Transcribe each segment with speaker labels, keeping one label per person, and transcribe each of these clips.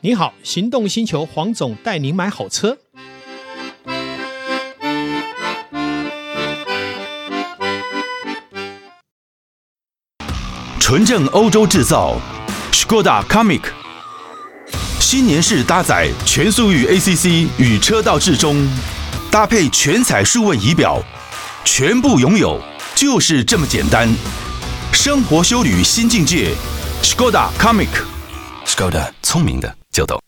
Speaker 1: 你好，行动星球黄总带您买好车。
Speaker 2: 纯正欧洲制造，Skoda Kamiq，新年式搭载全速域 ACC 与车道智中，搭配全彩数位仪表，全部拥有就是这么简单。生活修旅新境界，Skoda Kamiq，Skoda 聪明的就懂。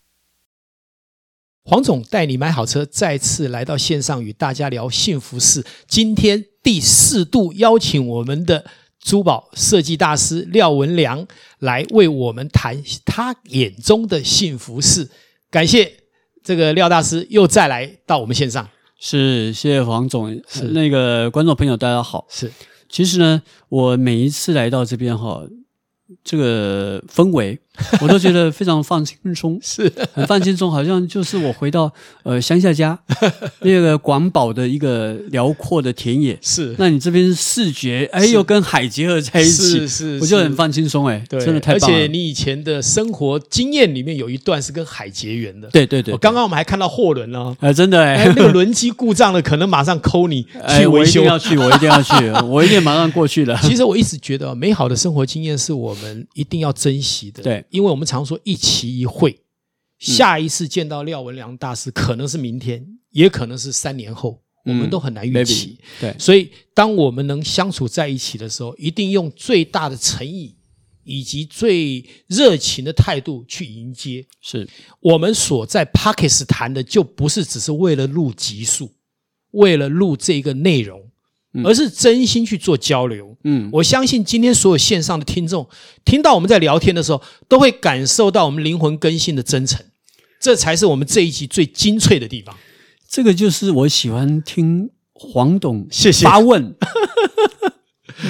Speaker 1: 黄总带你买好车，再次来到线上与大家聊幸福事。今天第四度邀请我们的珠宝设计大师廖文良来为我们谈他眼中的幸福事。感谢这个廖大师又再来到我们线上，
Speaker 3: 是，谢谢黄总，
Speaker 1: 是
Speaker 3: 那个观众朋友大家好。
Speaker 1: 是
Speaker 3: 其实呢，我每一次来到这边哈，这个氛围我都觉得非常放轻 松，
Speaker 1: 是
Speaker 3: 很放轻松，好像就是我回到呃乡下家那个广袤的一个辽阔的田野。
Speaker 1: 是，
Speaker 3: 那你这边视觉哎
Speaker 1: 是
Speaker 3: 又跟海结合在一
Speaker 1: 是
Speaker 3: 起，
Speaker 1: 是
Speaker 3: 我就是很放轻松哎，
Speaker 1: 对，
Speaker 3: 真的太
Speaker 1: 而
Speaker 3: 棒
Speaker 1: 且
Speaker 3: 了。
Speaker 1: 你以前的生活经验里面有一段是跟海结缘的。
Speaker 3: 对对对，
Speaker 1: 我刚刚我们还看到货轮哦，
Speaker 3: 哎真的
Speaker 1: 哎，
Speaker 3: 哎
Speaker 1: 那。个轮机故障了，可能马上扣你去
Speaker 3: 哎，我
Speaker 1: 维
Speaker 3: 一
Speaker 1: 修
Speaker 3: 定。要去，我一定要去，我一定马上过去的。
Speaker 1: 其实我一直觉得，啊美好的生活经验是我们一定要珍惜的。
Speaker 3: 对，嗯
Speaker 1: 因为我们常说一期一会，下一次见到廖文良大师可能是明天，也可能是三年后，我们
Speaker 3: 嗯
Speaker 1: 都很难预
Speaker 3: maybe
Speaker 1: 期。
Speaker 3: 对，
Speaker 1: 所以，当我们能相处在一起的时候，一定用最大的诚意以及最热情的态度去迎接。
Speaker 3: 是
Speaker 1: 我们所在 Pockets 谈的，就不是只是为了录集数，为了录这个内容，
Speaker 3: 嗯
Speaker 1: 而是真心去做交流。
Speaker 3: 嗯，
Speaker 1: 我相信今天所有线上的听众，听到我们在聊天的时候，都会感受到我们灵魂更新的真诚，这才是我们这一集最精粹的地方。
Speaker 3: 这个就是我喜欢听黄董
Speaker 1: 谢谢
Speaker 3: 发问。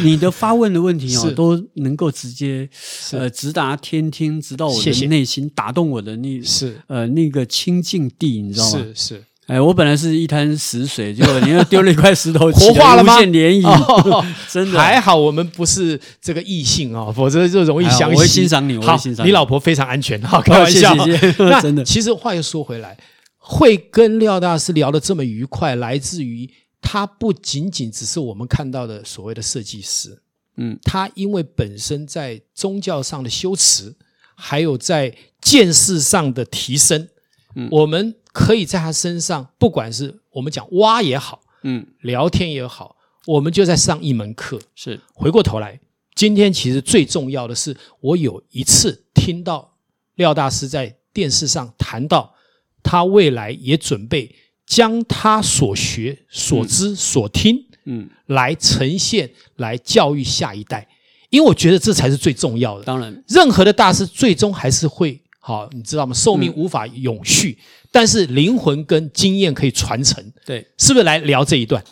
Speaker 3: 你的发问的问题哦
Speaker 1: 是，
Speaker 3: 都能够直接呃直达天听，直到我
Speaker 1: 谢谢
Speaker 3: 的内心，打动我的那
Speaker 1: 是
Speaker 3: 呃那个清净地，你知道吗？
Speaker 1: 是 是，
Speaker 3: 哎，我本来是一滩死水，结果你又丢了一块石头，
Speaker 1: 活化了吗
Speaker 3: 起无限涟漪，
Speaker 1: 哦
Speaker 3: 真的
Speaker 1: 还好我们不是这个异性哦，否则就容易
Speaker 3: 哎呀
Speaker 1: 相信。
Speaker 3: 我会欣赏你我会
Speaker 1: 好
Speaker 3: 欣赏
Speaker 1: 你
Speaker 3: 你哦
Speaker 1: 老婆非常安全， 好，开玩笑。
Speaker 3: 谢谢谢 谢
Speaker 1: 那
Speaker 3: 真的
Speaker 1: 其实话又说回来，会跟廖大师聊得这么愉快，来自于他不仅仅只是我们看到的所谓的设计师，
Speaker 3: 嗯，
Speaker 1: 他因为本身在宗教上的修持，还有在见识上的提升，
Speaker 3: 嗯
Speaker 1: 我们可以在他身上，不管是我们讲挖也好，
Speaker 3: 嗯，
Speaker 1: 聊天也好，我们就在上一门课。
Speaker 3: 是
Speaker 1: 回过头来，今天其实最重要的是，我有一次听到廖大师在电视上谈到，他未来也准备将他所学、所知、所听，
Speaker 3: 嗯，
Speaker 1: 来呈现、来教育下一代，因为我觉得这才是最重要的。
Speaker 3: 当然
Speaker 1: 任何的大师最终还是会好，你知道吗？寿命无法永续，但是灵魂跟经验可以传承，
Speaker 3: 对。
Speaker 1: 是不是？来聊这一段，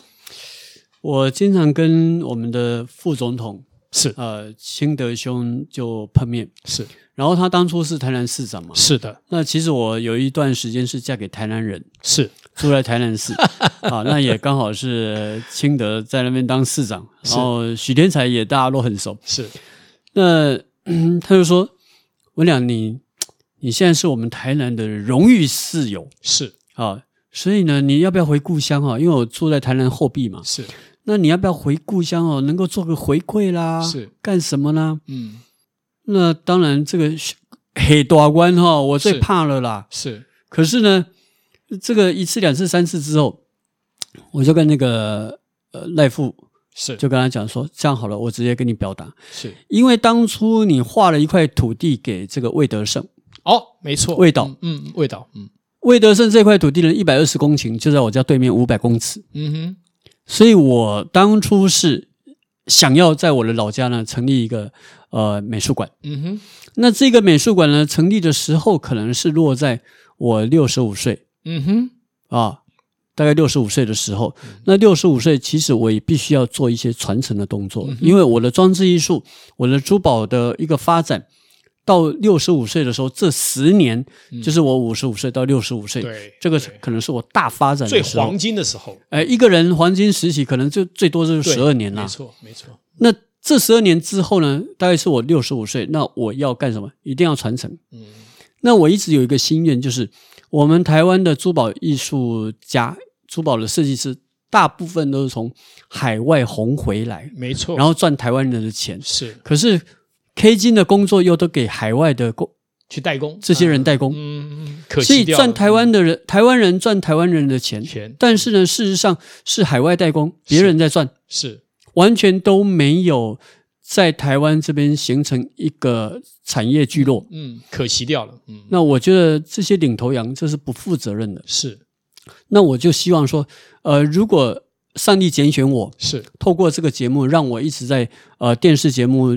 Speaker 3: 我经常跟我们的副总统
Speaker 1: 是
Speaker 3: 呃清德兄就碰面，
Speaker 1: 是
Speaker 3: 然后他当初是台南市长嘛，
Speaker 1: 是的，
Speaker 3: 那其实我有一段时间是嫁给台南人，
Speaker 1: 是
Speaker 3: 住在台 南市啊，那也刚好是清德在那边当市长，
Speaker 1: 是
Speaker 3: 然后许天才也大家都很熟。
Speaker 1: 是
Speaker 3: 那、 嗯他就说：“文良，你你现在是我们台南的荣誉室友
Speaker 1: 是
Speaker 3: 啊，所以呢，你要不要回故乡啊？因为我住在台南后壁嘛，
Speaker 1: 是，
Speaker 3: 那你要不要回故乡哦？能够做个回馈啦，
Speaker 1: 是
Speaker 3: 干什么啦？
Speaker 1: 嗯，
Speaker 3: 那当然，这个黑大官哈、我
Speaker 1: 是
Speaker 3: 最怕了啦。”
Speaker 1: 是
Speaker 3: 可是呢，这个一次、两次、三次之后，我就跟那个呃赖富
Speaker 1: 是
Speaker 3: 就跟他讲说，这样好了，我直接跟你表达，
Speaker 1: 是
Speaker 3: 因为当初你划了一块土地给这个魏德胜，
Speaker 1: 哦，没错，
Speaker 3: 味道
Speaker 1: 嗯，嗯，味道，嗯
Speaker 3: 魏德胜这块土地呢，一百二十公顷，就在我家对面五百公尺，
Speaker 1: 嗯哼，
Speaker 3: 所以我当初是想要在我的老家呢成立一个呃美术馆。
Speaker 1: 嗯哼，
Speaker 3: 那这个美术馆呢，成立的时候可能是落在我六十五岁，
Speaker 1: 嗯哼，
Speaker 3: 啊，大概六十五岁的时候，
Speaker 1: 嗯
Speaker 3: 那六十五岁其实我也必须要做一些传承的动作，
Speaker 1: 嗯
Speaker 3: 因为我的装置艺术，我的珠宝的一个发展。到六十五岁的时候，这十年、就是我五十五岁到六十五岁，
Speaker 1: 嗯对
Speaker 3: 这个
Speaker 1: 对
Speaker 3: 可能是我大发展
Speaker 1: 最
Speaker 3: 的时候
Speaker 1: 黄。金的时候，
Speaker 3: 哎，一个人黄金时期可能就最多就是
Speaker 1: 对
Speaker 3: 十二年啦、
Speaker 1: 没错，没错，
Speaker 3: 那这十二年之后呢，大概是我六十五岁，那我要干什么？一定要传承。
Speaker 1: 嗯
Speaker 3: 那我一直有一个心愿，就是我们台湾的珠宝艺术家、珠宝的设计师，大部分都是从海外红回来，
Speaker 1: 没错，
Speaker 3: 然
Speaker 1: 后
Speaker 3: 后赚台湾人的钱。
Speaker 1: 是
Speaker 3: 可是 K 金的工作又都给海外的工
Speaker 1: 去代工，
Speaker 3: 这些人代工，
Speaker 1: 嗯，嗯可
Speaker 3: 所以
Speaker 1: 惜掉了
Speaker 3: 赚台湾的人，台湾人赚台湾人的钱，
Speaker 1: 钱
Speaker 3: 但是呢，事实上是海外代工，别人在赚，
Speaker 1: 是
Speaker 3: 完全都没有在台湾这边形成一个产业聚落。
Speaker 1: 嗯，可惜掉了，嗯，
Speaker 3: 那我觉得这些领头羊这是不负责任的。
Speaker 1: 是
Speaker 3: 那我就希望说，呃，如果上帝拣选我，
Speaker 1: 是
Speaker 3: 透过这个节目，让我一直在呃电视节目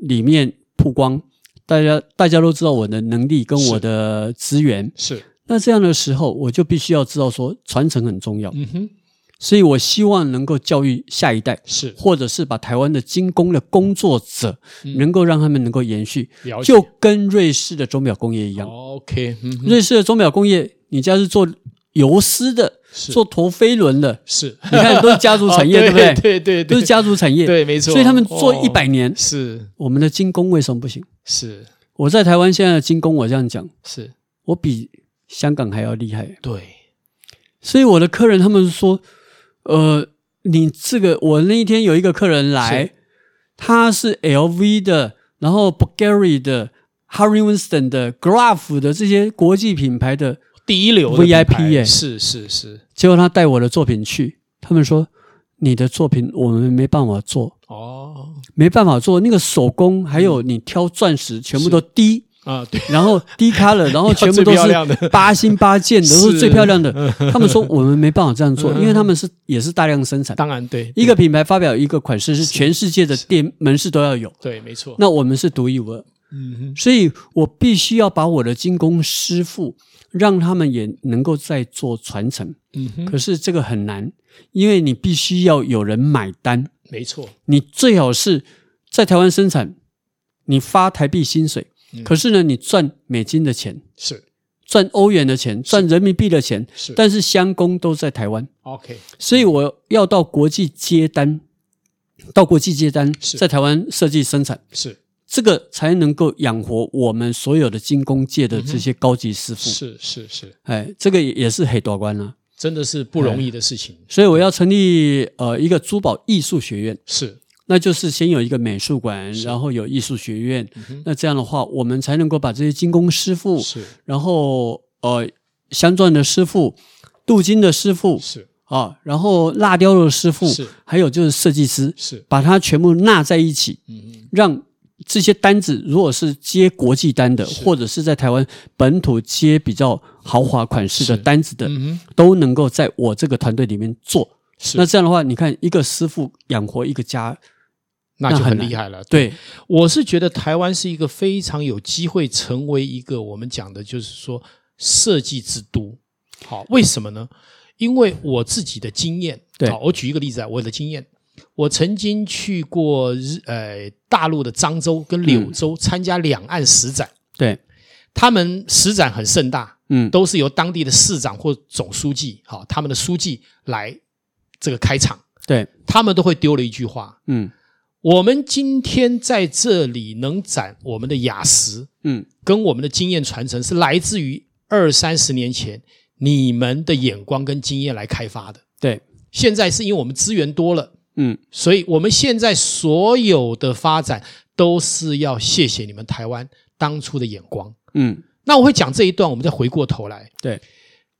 Speaker 3: 里面曝光，大家大家都知道我的能力跟
Speaker 1: 是
Speaker 3: 我的资源。
Speaker 1: 是，
Speaker 3: 那这样的时候，我就必须要知道说传承很重要，
Speaker 1: 嗯哼，
Speaker 3: 所以我希望能够教育下一代，
Speaker 1: 是
Speaker 3: 或者是把台湾的精工的工作者，
Speaker 1: 嗯
Speaker 3: 能够让他们能够延续，
Speaker 1: 了解
Speaker 3: 就跟瑞士的钟表工业一样。
Speaker 1: ，OK，嗯哼，
Speaker 3: 瑞士的钟表工业，你家是做游丝的，
Speaker 1: 是
Speaker 3: 做陀飞轮的，
Speaker 1: 是
Speaker 3: 你看都是家族产 业，
Speaker 1: 哦
Speaker 3: 对不对？
Speaker 1: 对对
Speaker 3: 都
Speaker 1: 对
Speaker 3: 是家族产业，
Speaker 1: 对，没错，
Speaker 3: 所以他们做
Speaker 1: 哦
Speaker 3: 一百年，
Speaker 1: 是
Speaker 3: 我们的精工为什么不行？
Speaker 1: 是
Speaker 3: 我在台湾现在的精工，我这样讲，
Speaker 1: 是，
Speaker 3: 我比香港还要厉害。
Speaker 1: 对，
Speaker 3: 所以我的客人他们说，呃，你这个，我那一天有一个客人来
Speaker 1: 是，
Speaker 3: 他是 LV 的，然后 Bulgari 的。Harry Winston 的、Graf 的这些国际品牌的，
Speaker 1: 第一流的
Speaker 3: VIP
Speaker 1: 品牌
Speaker 3: 耶
Speaker 1: 是是是，
Speaker 3: 结果他带我的作品去，他们说你的作品我们没办法做，
Speaker 1: 哦
Speaker 3: 没办法做那个手工，还
Speaker 1: 嗯
Speaker 3: 有你挑钻石全部都低，
Speaker 1: 啊，对，
Speaker 3: 然后低咖 了，然后全部都
Speaker 1: 要最漂亮
Speaker 3: 是
Speaker 1: 的
Speaker 3: 八星八件的，
Speaker 1: 是嗯
Speaker 3: 都是最漂 亮的。他们说我们没办法这样做，因为他们是也是大量生产，
Speaker 1: 当然对，
Speaker 3: 一个品牌发表一个款式是全世界的店门市都要有，
Speaker 1: 对，没错，
Speaker 3: 那我们是独一无二，
Speaker 1: 嗯哼，
Speaker 3: 所以我必须要把我的精工师傅让他们也能够再做传承。
Speaker 1: 嗯哼，
Speaker 3: 可是这个很难，因为你必须要有人买单，
Speaker 1: 没错，
Speaker 3: 你最好是在台湾生产，你发台币薪水，
Speaker 1: 嗯
Speaker 3: 可是呢你赚美金的钱。
Speaker 1: 是
Speaker 3: 赚欧元的钱，赚人民币的钱，
Speaker 1: 是，
Speaker 3: 但是相工都在台湾，
Speaker 1: OK
Speaker 3: 所以我要到国际接单，到国际接单，
Speaker 1: 是
Speaker 3: 在台湾设计生产，
Speaker 1: 是
Speaker 3: 这个才能够养活我们所有的精工界的这些高级师傅。
Speaker 1: 嗯是是是，
Speaker 3: 哎，这个也也是很多关了、
Speaker 1: 真的是不容易的事情，
Speaker 3: 啊所以我要成立呃一个珠宝艺术学院，
Speaker 1: 是
Speaker 3: 那就是先有一个美术馆，然后有艺术学院，那这样的话，我们才能够把这些精工师傅，
Speaker 1: 嗯是
Speaker 3: 然后呃镶钻的师傅、镀金的师傅
Speaker 1: 是
Speaker 3: 啊，然后蜡雕的师傅
Speaker 1: 是，
Speaker 3: 还有就是设计师，
Speaker 1: 是，
Speaker 3: 把它全部纳在一起，
Speaker 1: 嗯
Speaker 3: 让这些单子如果是接国际单的，
Speaker 1: 是
Speaker 3: 或者是在台湾本土接比较豪华款式的
Speaker 1: 是
Speaker 3: 单子的，
Speaker 1: 嗯哼，
Speaker 3: 都能够在我这个团队里面做。
Speaker 1: 是
Speaker 3: 那这样的话，你看一个师傅养活一个家，
Speaker 1: 那
Speaker 3: 那
Speaker 1: 就
Speaker 3: 很
Speaker 1: 很
Speaker 3: 难
Speaker 1: 厉害了，
Speaker 3: 对，啊
Speaker 1: 我是觉得台湾是一个非常有机会成为一个我们讲的，就是说设计之都。好，为什么呢？因为我自己的经验，
Speaker 3: 对
Speaker 1: 好，我举一个例子啊，我的经验，我曾经去过日呃大陆的漳州跟柳州参加两岸实展，
Speaker 3: 对，
Speaker 1: 他们实展很盛大，
Speaker 3: 嗯，
Speaker 1: 都是由当地的市长或总书记，好，他们的书记来这个开场，
Speaker 3: 对，
Speaker 1: 他们都会丢了一句话，
Speaker 3: 嗯
Speaker 1: 我们今天在这里能展我们的雅石，
Speaker 3: 嗯，
Speaker 1: 跟我们的经验传承是来自于二三十年前你们的眼光跟经验来开发的。
Speaker 3: 对，
Speaker 1: 现在是因为我们资源多了，
Speaker 3: 嗯
Speaker 1: 所以我们现在所有的发展都是要谢谢你们台湾当初的眼光。
Speaker 3: 嗯，
Speaker 1: 那我会讲这一段，我们再回过头来，
Speaker 3: 对，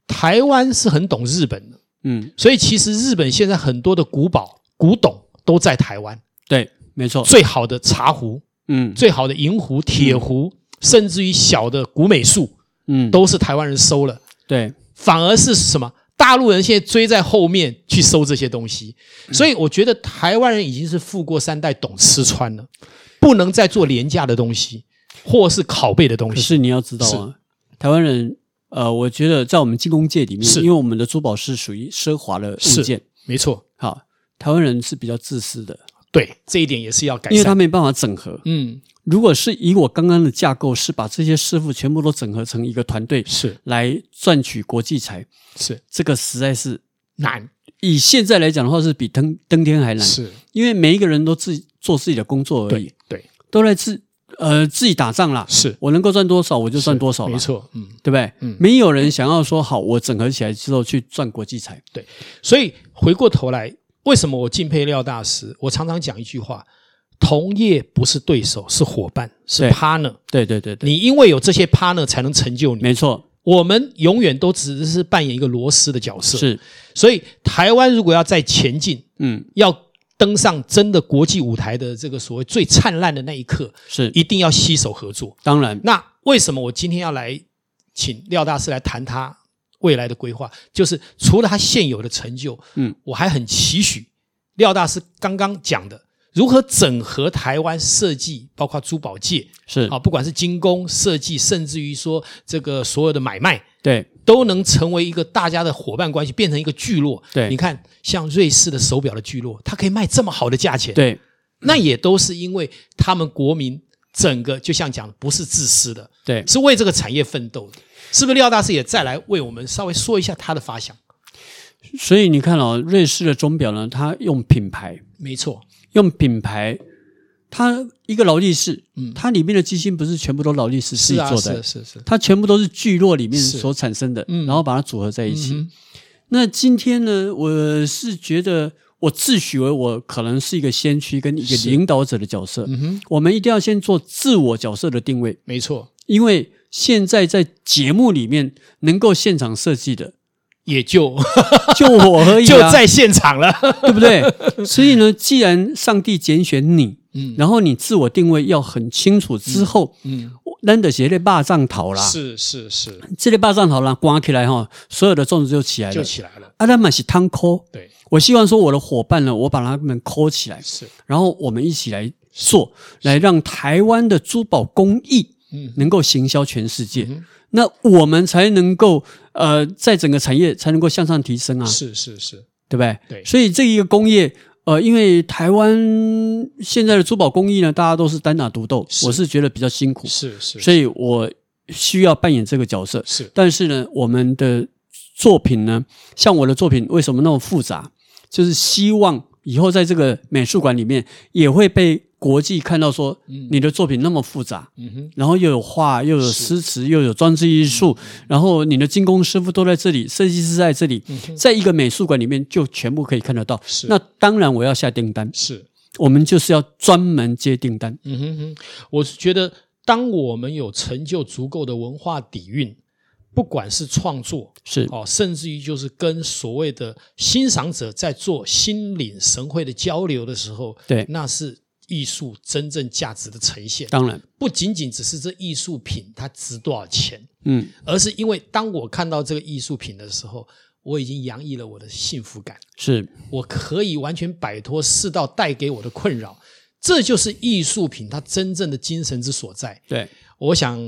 Speaker 1: 台湾是很懂日本的，
Speaker 3: 嗯
Speaker 1: 所以其实日本现在很多的古堡、古董都在台湾，
Speaker 3: 对，没错，
Speaker 1: 最好的茶壶。
Speaker 3: 嗯
Speaker 1: 最好的银壶、铁壶，甚至于小的古美术，
Speaker 3: 嗯，
Speaker 1: 都是台湾人收了，
Speaker 3: 对，
Speaker 1: 反而是什么？大陆人现在追在后面去收这些东西，
Speaker 3: 嗯
Speaker 1: 所以我觉得台湾人已经是富过三代，懂吃穿了，不能再做廉价的东西，或是拷贝的东
Speaker 3: 可
Speaker 1: 西。
Speaker 3: 是你要知道啊，台湾人，呃，我觉得在我们进工界里面，
Speaker 1: 是
Speaker 3: 因为我们的珠宝是属于奢华的物件，
Speaker 1: 没错，
Speaker 3: 好，台湾人是比较自私的，
Speaker 1: 对这一点也是要改
Speaker 3: 因为他
Speaker 1: 善。
Speaker 3: 没办法整合。
Speaker 1: 嗯，
Speaker 3: 如果是以我刚刚的架构，是把这些师傅全部都整合成一个团队
Speaker 1: 是
Speaker 3: 来赚取国际财，
Speaker 1: 是
Speaker 3: 这个实在是
Speaker 1: 难
Speaker 3: 以现在来讲的话，是比登登天还难，
Speaker 1: 是，
Speaker 3: 因为每一个人都自己做自己的工作而
Speaker 1: 对
Speaker 3: 已，
Speaker 1: 对
Speaker 3: 都在自呃自己打仗啦，
Speaker 1: 是
Speaker 3: 我能够赚多少我就赚多少了，
Speaker 1: 没，错，嗯，
Speaker 3: 对不对？
Speaker 1: 嗯
Speaker 3: 没有人想要说好，我整合起来之后去赚国际财，
Speaker 1: 对。所以回过头来，为什么我敬佩廖大师？我常常讲一句话：同业不是对手，是伙伴，是
Speaker 3: 对
Speaker 1: partner。
Speaker 3: 对对对对，
Speaker 1: 你因为有这些 partner 才能成就你。
Speaker 3: 没错，
Speaker 1: 我们永远都只是扮演一个螺丝的角色。，
Speaker 3: 是，
Speaker 1: 所以台湾如果要再前进，
Speaker 3: 嗯，
Speaker 1: 要登上真的国际舞台的这个所谓最灿烂的那一刻，
Speaker 3: 是，
Speaker 1: 一定要携手合作。
Speaker 3: 当然，
Speaker 1: 那为什么我今天要来请廖大师来谈他未来的规划？就是除了他现有的成就，
Speaker 3: 嗯，
Speaker 1: 我还很期许廖大师刚刚讲的如何整合台湾设计，包括珠宝界
Speaker 3: 是
Speaker 1: 啊，不管是精工设计，甚至于说这个所有的买卖。
Speaker 3: 对，
Speaker 1: 都能成为一个大家的伙伴关系，变成一个聚落。
Speaker 3: 对
Speaker 1: 你看，像瑞士的手表的聚落，它可以卖这么好的价钱，，
Speaker 3: 对，
Speaker 1: 那也都是因为他们国民整个就像讲的，不是自私的，
Speaker 3: 对，
Speaker 1: 是为这个产业奋斗的。是不是廖大师也再来为我们稍微说一下他的发想？
Speaker 3: 所以你看哦，瑞士的钟表呢，它用品牌，
Speaker 1: 没错，
Speaker 3: 用品牌，它一个劳力士，它里面的机芯不是全部都劳力士自
Speaker 1: 是
Speaker 3: 己
Speaker 1: 啊，
Speaker 3: 做
Speaker 1: 嗯是
Speaker 3: 的，
Speaker 1: 是是，
Speaker 3: 它全部都是聚落里面
Speaker 1: 是
Speaker 3: 所产生的，
Speaker 1: 嗯
Speaker 3: 然后把它组合在一起。
Speaker 1: 嗯哼
Speaker 3: 那今天呢，我是觉得我自诩为我可能是一个先驱跟一个
Speaker 1: 是
Speaker 3: 领导者的角色，
Speaker 1: 嗯哼，
Speaker 3: 我们一定要先做自我角色的定位，
Speaker 1: 没错，
Speaker 3: 因为现在在节目里面能够现场设计的，
Speaker 1: 也就
Speaker 3: 就我而已、啊，
Speaker 1: 就在现场了。
Speaker 3: 对不对？所以呢，既然上帝拣选你，
Speaker 1: 嗯
Speaker 3: 然后你自我定位要很清楚之后，
Speaker 1: 嗯，
Speaker 3: 咱的写列霸仗逃啦，
Speaker 1: 是是是，
Speaker 3: 这类霸仗逃啦，关起来哈，所有的粽子就起来
Speaker 1: 就
Speaker 3: 了。
Speaker 1: 起来了。
Speaker 3: 阿拉玛是汤抠，
Speaker 1: 对，
Speaker 3: 我希望说我的伙伴呢，我把他们抠起来，
Speaker 1: 是，
Speaker 3: 然后我们一起来做，来让台湾的珠宝工艺
Speaker 1: 嗯
Speaker 3: 能够行销全世界，
Speaker 1: 嗯
Speaker 3: 那我们才能够呃，在整个产业才能够向上提升啊。
Speaker 1: 是是是，
Speaker 3: 对不对？
Speaker 1: 对
Speaker 3: 所以这一个工业，呃，因为台湾现在的珠宝工艺呢，大家都是单打独斗，
Speaker 1: 是
Speaker 3: 我是觉得比较辛苦，
Speaker 1: 是是，
Speaker 3: 所以我需要扮演这个角色。
Speaker 1: 是
Speaker 3: 但是呢，我们的作品呢，像我的作品为什么那么复杂？就是希望以后在这个美术馆里面也会被国际看到说，你的作品那么复杂，
Speaker 1: 嗯哼，
Speaker 3: 然后又有画，又有诗词，又有装置艺术，
Speaker 1: 嗯
Speaker 3: 然后你的精工师傅都在这里，设计师在这里，在一个美术馆里面就全部可以看得到
Speaker 1: 是。
Speaker 3: 那当然，我要下订单，
Speaker 1: 是，
Speaker 3: 我们就是要专门接订单。
Speaker 1: 嗯哼哼，我是觉得，当我们有成就足够的文化底蕴，不管是创作
Speaker 3: 是
Speaker 1: 哦，甚至于就是跟所谓的欣赏者在做心领神会的交流的时候，
Speaker 3: 对
Speaker 1: 那是艺术真正价值的呈现，
Speaker 3: 当然，
Speaker 1: 不仅仅只是这艺术品它值多少钱，
Speaker 3: 嗯，
Speaker 1: 而是因为当我看到这个艺术品的时候，我已经洋溢了我的幸福感。
Speaker 3: 是
Speaker 1: 我可以完全摆脱世道带给我的困扰，这就是艺术品它真正的精神之所在。
Speaker 3: 对，
Speaker 1: 我想，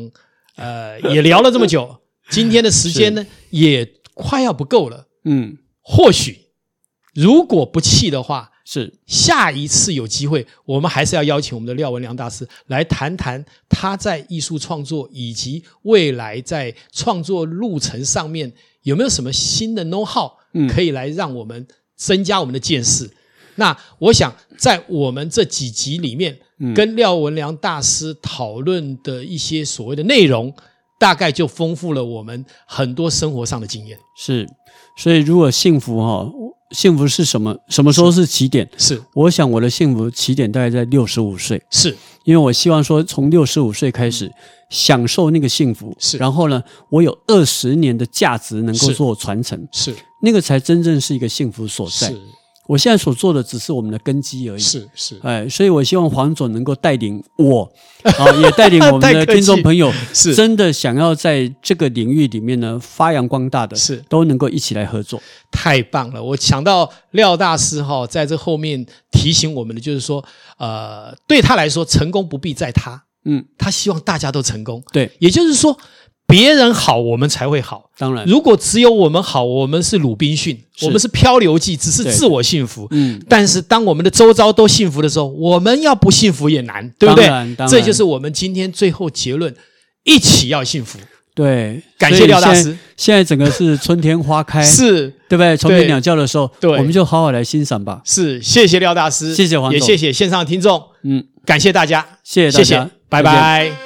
Speaker 1: 呃，也聊了这么 久，今天的时间呢也快要不够了。
Speaker 3: 嗯，
Speaker 1: 或许如果不弃的话，
Speaker 3: 是
Speaker 1: 下一次有机会，我们还是要邀请我们的廖文良大师来谈谈他在艺术创作以及未来在创作路程上面有没有什么新的 know how，
Speaker 3: 嗯
Speaker 1: 可以来让我们增加我们的见识。那我想在我们这几集里面，
Speaker 3: 嗯
Speaker 1: 跟廖文良大师讨论的一些所谓的内容，大概就丰富了我们很多生活上的经验。
Speaker 3: 是。所以，如果幸福哈、幸福是什么？什么时候是起点？
Speaker 1: 是
Speaker 3: 我想我的幸福起点大概在六十五岁。
Speaker 1: 是
Speaker 3: 因为我希望说从六十五岁开始享受那个幸福，
Speaker 1: 嗯是
Speaker 3: 然后呢，我有二十年的价值能够
Speaker 1: 是
Speaker 3: 做传承，
Speaker 1: 是
Speaker 3: 那个才真正是一个幸福所在。我现在所做的只是我们的根基而已。
Speaker 1: 是是
Speaker 3: 哎，所以我希望黄总能够带领 我，啊，也带领我们
Speaker 1: 太
Speaker 3: 的
Speaker 1: 客气
Speaker 3: 听众朋友，
Speaker 1: 是
Speaker 3: 真的想要在这个领域里面呢发扬光大的，
Speaker 1: 是
Speaker 3: 都能够一起来合作。
Speaker 1: 太棒了！我想到廖大师哈、在这后面提醒我们的就是说，呃，对他来说，成功不必在他，
Speaker 3: 嗯，
Speaker 1: 他希望大家都成功。
Speaker 3: 对，
Speaker 1: 也就是说，别人好，我们才会好。
Speaker 3: 当然，
Speaker 1: 如果只有我们好，我们是鲁滨逊，
Speaker 3: 嗯是
Speaker 1: 我们是漂流记，只是
Speaker 3: 对
Speaker 1: 自我幸福。
Speaker 3: 嗯，
Speaker 1: 但是当我们的周遭都幸福的时候，我们要不幸福也难，对不对
Speaker 3: 当然？当然
Speaker 1: 这就是我们今天最后结论：一起要幸福。
Speaker 3: 对，
Speaker 1: 感谢
Speaker 3: 所以
Speaker 1: 廖大
Speaker 3: 现在哎
Speaker 1: 师。
Speaker 3: 现在整个是春天花 开，
Speaker 1: 是
Speaker 3: 对不对？虫鸣
Speaker 1: 对
Speaker 3: 鸟叫的时候，
Speaker 1: 对
Speaker 3: 我们就好好来欣赏吧。
Speaker 1: 是，谢谢廖大师，
Speaker 3: 谢谢黄
Speaker 1: 也
Speaker 3: 总
Speaker 1: 谢谢线上听众，
Speaker 3: 嗯，
Speaker 1: 感谢大家，
Speaker 3: 谢谢大家。
Speaker 1: 拜拜。